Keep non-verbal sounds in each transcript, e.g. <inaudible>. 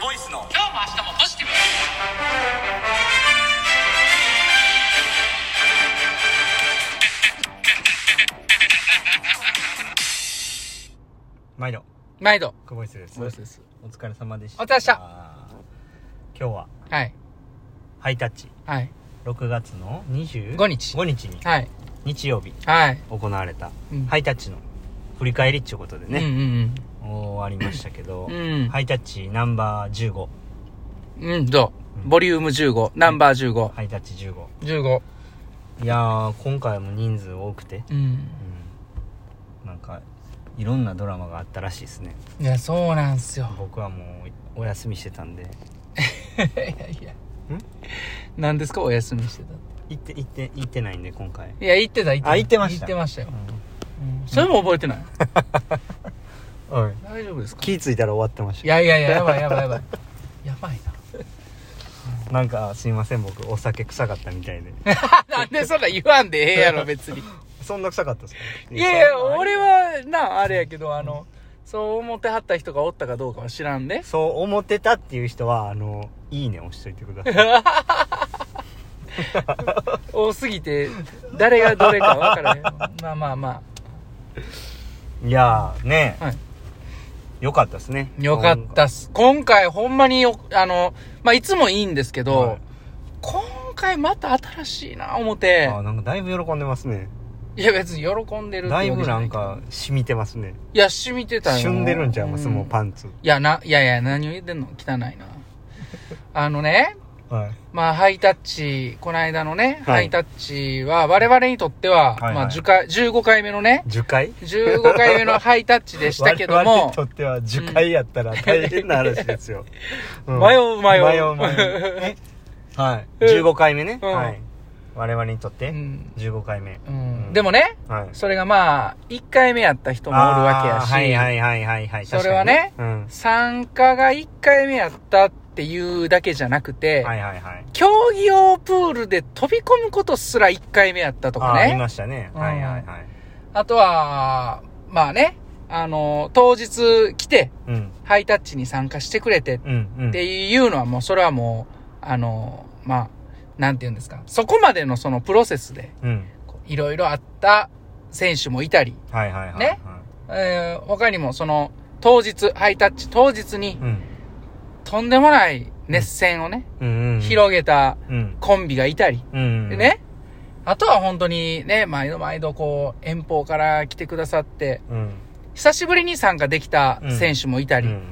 ボイスの今日も明日もポジティブに毎度毎度久保イスですボイスですお疲れ様でしたお疲れでした今日ははいハイタッチはい6月の25 5日5日にはい日曜日はい、行われたうんハイタッチの振り返りっちゅうことでうんね、終わりましたけど、うんうんうんハイタッチナンバー15うんどうボリューム15ナンバー1515、ハイタッチ15 15いやー今回も人数多くて、うんうん、なんかいろんなドラマがあったらしいですねいやそうなんすよ僕はもうお休みしてたんで <laughs> いやいや何ですかお休みしてたって行って行って行ってないんで今回、いや行ってた行ってたあ行ってました行ってましたよ、うんそれも覚えてないうん、はい大丈夫ですか気ぃ付いたら終わってましいたやいやいややばいやばいやばいやばいなんかすいません僕お酒臭かったみたいで <laughs> ななんでそんな言わんでええやろ別にそんな臭かったですかいやいや、そんな俺は、な、あれやけど、あの、そう思ってはった人がおったかどうかは知らんで、そう思ってたっていう人はあのいいね押しといてくだ <laughs> さい多すぎて、誰がどれか分からへん。まあまあまいやーね、はいよかったですねあ。よかったっす。今回、ほんまによ、あの、まあ、いつもいいんですけど、はい今回また新しいな、思てあ。なんかだいぶ喜んでますねいや、別に喜んでるってわだいけぶじゃなんいけどか染みてますねいや、染みてたよ。旬でるんちゃいますうんもうパンツいや、な、いやいや、何を言ってんの汚い <laughs> な。あのね、はいまあ、ハイタッチ、この間のね、はいハイタッチは、我々にとっては、はいはいまあ、10回、15回目のね、樹海15回目のハイタッチでしたけど <laughs> 我々にもと、っては樹海やったら大変な話ですよ、うん迷う迷う迷う迷 <laughs> うえはい15回目ね、うんはい我々にとっうてん15回目、うんうんでもね、はいそれがまあ、1回目やった人もおるわけやあし、ーはいはいはいはいはいそれはね確かにね参加が1回目やったっていうだけじゃなくて、うんはいはいはい競技用プールで飛び込むことすら1回目やったとかああーいね、ましたね、うんはいはいはいあとは、まあね、あの、当日来て、うんハイタッチに参加してくれてうんうんっていうのはもうそれはもうあのまあなんて言うんですかそこまでのそのプロセスでうんこういろいろあった選手もいたり、はいはいはいはいねえー他にもその当日ハイタッチ当日にうんとんでもない熱戦をね、うんうんうん広げたうんコンビがいたり、うんでねあとは本当にね毎度毎度こう遠方から来てくださってうん久しぶりに参加できた選手もいたり、うん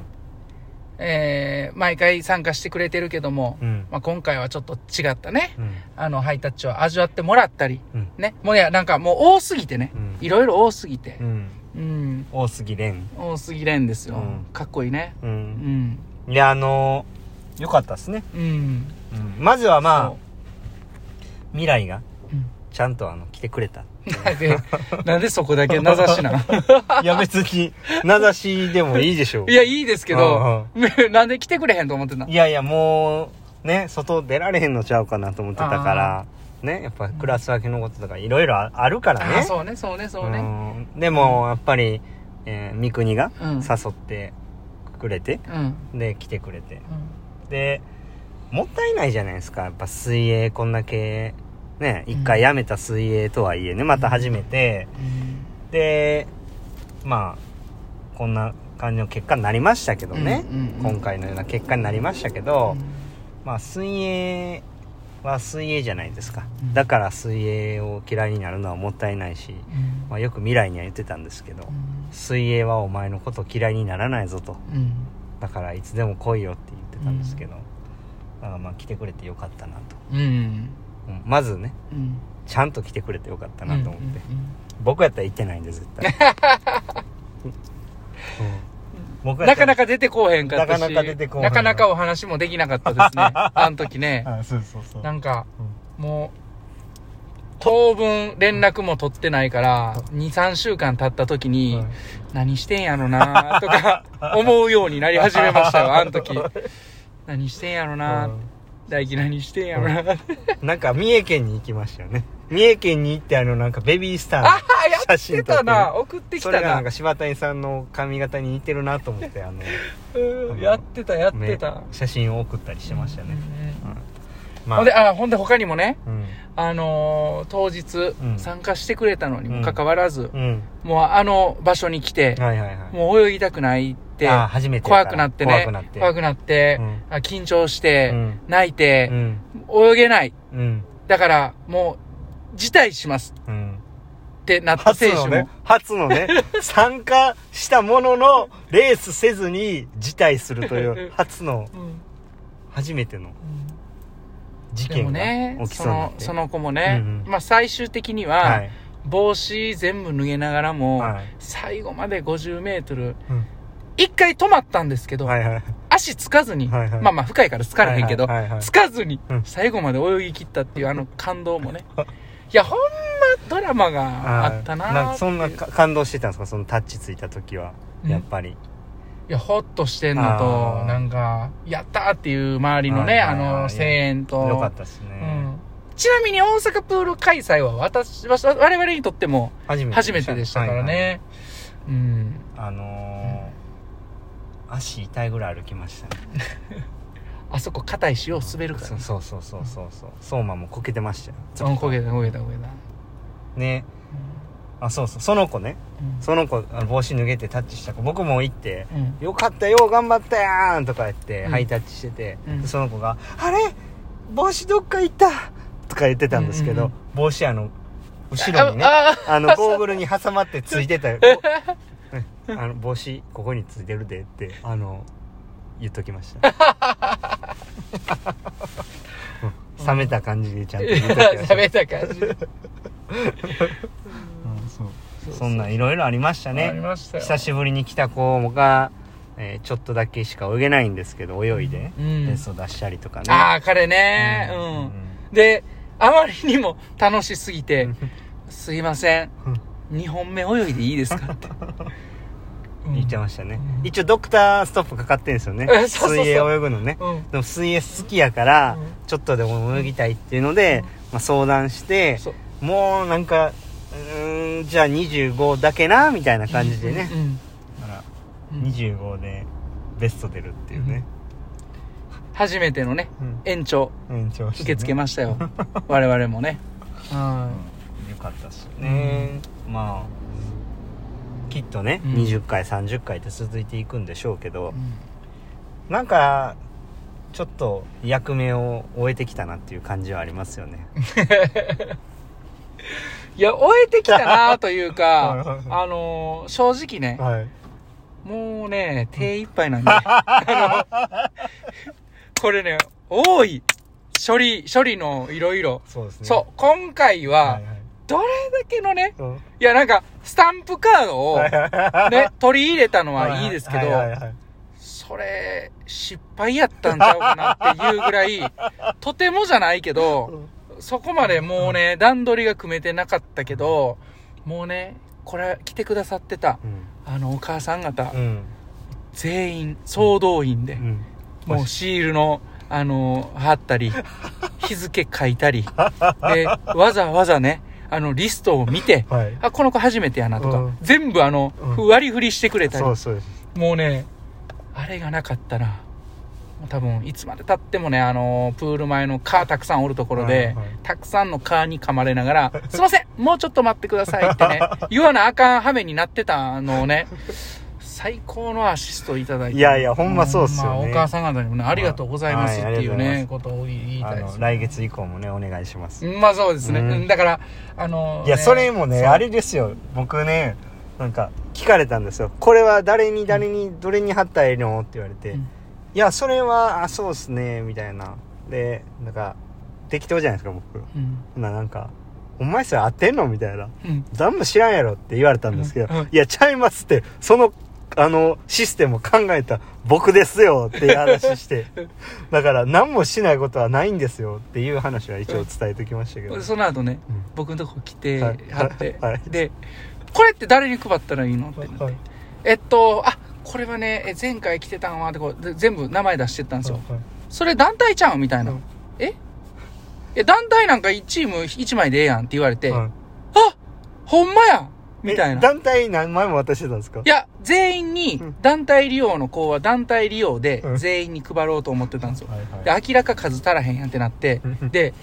えー毎回参加してくれてるけども、うんまあ、今回はちょっと違ったね、うんあの、ハイタッチを味わってもらったり、うんね。もういや、なんかもう多すぎてねう。んいろいろ多すぎてう。んうん。大杉蓮多すぎれんですよ。うんかっこいいね。ううんん。いやあのー、よかったですね、うん。まずはまそあ未来がうんちゃんとあの来てくれたなんで、なんでそこだけ名指しなの <laughs> いや別に名指しでもいいでしょういいや、いいですけど、 <laughs> なんで来てくれへんと思ってんのいやいやもうね外出られへんのちゃうかなと思ってたからねやっぱクラス分けのこととかいろいろああるからねあ、そうね、そうね、そうね。うんでもやっぱり、えー、三国がうん誘ってくれて、うん。うんで来てくれてでもったいないじゃないですかやっぱ水泳こんだけね一回やめた水泳とはいえねまた始めてうんでまあこんな感じの結果になりましたけどね、うんうんうん今回のような結果になりましたけど、まあ水泳は水泳じゃないですか、うんだから水泳を嫌いになるのはもったいないし、うんまあ、よく未来には言ってたんですけど、うん水泳はお前のこと嫌いにならないぞとうんだからいつでも来いよって言ってたんですけど、だからまあ来てくれてよかったなと、うん。うんまずねうん。ちゃんと来てくれてよかったなと思って、うんうん僕やったら行ってないんで絶対、 <laughs> うん僕うんなかなかか出てこうへんかったし。なかなか出てこうへんなかなかお話もできなかったですね。 <laughs> あの時ね。あそうそうそうなんか、もう、当分連絡も取ってないから、2、3週間経った時に、うん何してんやろなと <laughs> か思うようになり始めましたよ、あの <laughs> 時。何してんやろな、大輝何してんやろな、あうんなんか三重県に行きましたよね三重県に行ってあのなんかベビースター <laughs> あ、やってたな送ってきそたれがななんか柴谷さんの髪型に似てるなと思ってあのうんやってたやってため写真を送ったりしてましたね、うんまほんであほんで他にもねうんあのー当日うん参加してくれたのにうんもかかわらず、うんもうあの場所に来て、はいはいはいもう泳ぎたくないってあー初めてや怖からくなってね怖くなって怖くなってうんあ緊張して、うん泣いうて、ん泳げないうんだからもう辞退しますうんってなった初選手も、のね初のね <laughs> 参加したもののレースせずに辞退するという <laughs> 初のうん初めてのうん事でも件ねが起きそそうになっのてその子もね、うんうんまあ、最終的には、はい帽子全部脱げながらも、はい最後まで50メートルうん一回止まったんですけど、はいはい足つかずに、はいはいまあまあ深いからつかれへんけど、はいはいはいはいつかずにうん最後まで泳ぎ切ったっていうあの感動 <laughs> もねいやほんまドラマがあったなはいんーかっていそんうなか感動してたんですかそのタッチついた時はうんやっぱり、いやほっとしてんのあとーなんかやったーっていう周りのはね、いはいはいあの声援とよかったですうね、ん、ちなみに大阪プール開催は私わ我々にとっても初めて初めてでしたからはいはいね、うんあのー足痛いぐらい歩きましたねあそこ硬いしよう滑るからそうそうそうそうそうそう相馬もこけてましたよちうょんっと焦げた焦げた焦げたねあそうそうその子ねうんその子あの帽子脱げてタッチした子僕も行ってうん「よかったよ頑張ったやん」とか言って、うんハイタッチしてて、うんその子が「あれ帽子どっか行った!」とか言ってたんですけど、うんうん帽子あの後ろにねああのゴーグルに挟まってついて <laughs> たよこあの帽子ここについてるでってあの言っときました <laughs> うん冷めた感じでちゃんと言っときまし <laughs> 食た、べた感じうんそうそんなんいろいろありましたねありましたよ久しぶりに来た子が、えーちょっとだけしか泳げないんですけど泳いでうベんスト出したりとかねああ彼ねうん、であまりにも楽しすぎて「すいません2本目泳いでいいですか?」 <laughs> ってうん言ってましたねうん一応ドクターストップかかってるんですよねえそうそうそう水泳泳ぐのねうんでも水泳好きやからうんちょっとでも泳ぎたいっていうので、まあ、相談してそうもうなんかうーんじゃあ25だけなみたいな感じでねう、んだからうん25でベスト出るっていうね、初めてのねうん延長延長して受ねけ付けましたよ <laughs> 我々もねよかったしね、まあきっとね、うん20回30回って続いていくんでしょうけどう、んなんかちょっと役目を終えてきたなっていう感じはありますよねいや終えてきたなとい <laughs> はいうはいかはいあのー正直ねはいもうね、手一杯なんで。あのこれね、多い。処理、処理のいろいろ。そうですねそう、今回うは、はいはいどれだけのね、うんいやなんか、スタンプカードをはいはいね、取り入れたのはいいですけどは、はいはいはいそれ、失敗やったんちゃうかなっていうぐ <laughs> らい、とてもじゃないけど、そこまでもうね、段取りが組めてなかったけど、もうね、これ、来てくださってた、あの、お母さん方、うん全員、総動員でう、んもうシールの、あのー貼っ <laughs> たり、日付書いたり、で、わざわざね、あの、リストを見て、はいあ、この子初めてやなとか、うん全部あの、うんふ割り振りしてくれたり、そうそうですもうね、あれがなかったら、多分、いつまで経ってもね、あのープール前の蚊たくさんおるところで、はいはいたくさんの蚊に噛まれながら、すいませんもうちょっと待ってくださいってね、 <laughs> 言わなあかん羽目になってたのをね、最高のアシストいただいて。いやいやほんまそうっすよねほんまお母さん方にもね、ありがとうございますっていうはいあねり、ことを言いあたいでのす。来。月以降もねお願いしますまあそうですね。うんうんだから、あのね、いや、それもね、そうあれですよ。僕ね、なんか、聞かれたんですよ。これは誰に誰に、どれに貼ったらいいのって言われて、うんいや、それは、あ、そうっすね、みたいな。で、なんか、適当じゃないですか、僕。うん。ほな、なんか、お前それ合ってんのみたいな。うん。何も知らんやろって言われたんですけど、うんうんいや、ちゃいますって、その、あの、システムを考えた僕ですよっていう話 <laughs> して、だから何もしないことはないんですよっていう話は一応伝えてきましたけど。その後ね、うん僕のとこ来て、はい貼って、はいで、これって誰に配ったらいいのってなって、はいえっと、あ、これはね、え前回来てたんはってこうで全部名前出してったんですよ。それ団体ちゃうんみたいな。うんええ、団体なんか1チーム1枚でええやんって言われて、はいあほんまやみたいえな。団体何枚も渡してたんですかいや、全員にうん、団体利用の子は団体利用でう、ん全員に配ろうと思ってたんですよ。はいはいで、明らか数足らへんやんってなってうん、で、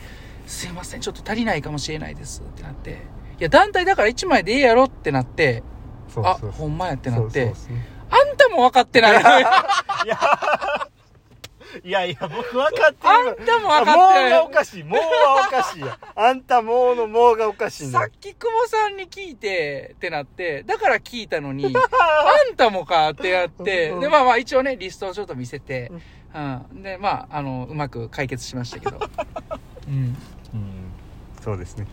すいません、ちょっと足りないかもしれないですってなって、いや、団体だから1枚でええやろってなって、そうあ、そうそうほんまやってなって、そうそうそうあんたも分か <laughs> ってない。いやいや、僕分かってあるん。たもあ分かもっうてがなおい。かしい。もうはおかしいや。あんたもうのもうがおかしいんださよっ。き久保さんに聞いて、ってなって、だから聞いた <laughs> のに、あんたもかってやって、うんで、まあまあ一応ね、リストをちょっと見せてう、うん。で、まあ、あの、うまく解決しました <laughs> けど。うん。うんそうですね。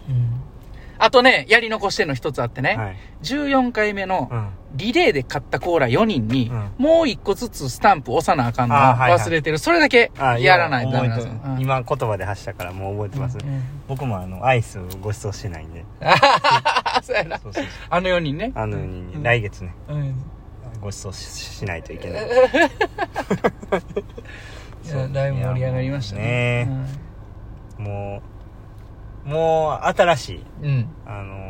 あとね、やり残してんの一つあってね、はい。 14回目のうん。リレーで買ったコーラ4人に、うんもう一個ずつスタンプ押さなあかんのあはいはい忘れてる。それだけあやらないとダメなん覚でえすてよる。うん今言葉で発したからもう覚えてます。うん僕もあの、アイスをご馳走してないんで。 <laughs> あ、そうやな。そうそうそうあの4人ね。あの、にうん来月ね、うんご馳走ししないといけ <laughs> ない。いやだいぶ盛り上がりましたねいや。もう、もう新しい、うん。あのー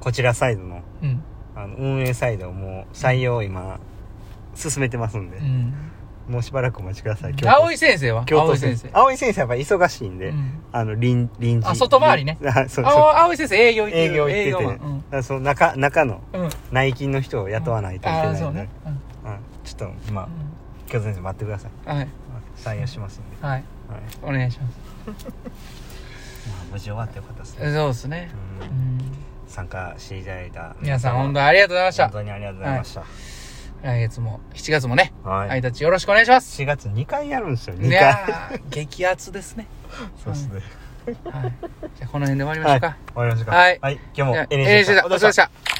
こちらサイドの、うん。あの、運営サイドをもう採用を今、進めてますんで、うん。もうしばらくお待ちください。京都青井先生は京青都井先先生生。。青井先生はやっぱ忙しいんで、うんあの、臨、臨時。あ外回りね <laughs> あ、そうそう。青青井先生営業行ってる営業行っててマンだからその中、中のうん。うん。内勤の人を雇わないといけあなあ、いそのうで、ね。うんうんちょっと、まあ、京都先生待ってください。うんはい。採用しますんで。はい。はい。お願いします。まあ、無事終わってよかったですそうね。ですね。ううんん参加していただいた皆さん本当当にありがとうございまし本た。当にありがとうございました。来月も、7月もね、はい。あいたちよろしくお願いします。 4月2回やるんですよ、い2回。やー、激アツですね。そうですね。はい。じゃあこの辺で終わりましょうか。終わりましょうか。はいはい。今日もじゃあ NHK さん NHK さんお疲れ様でした。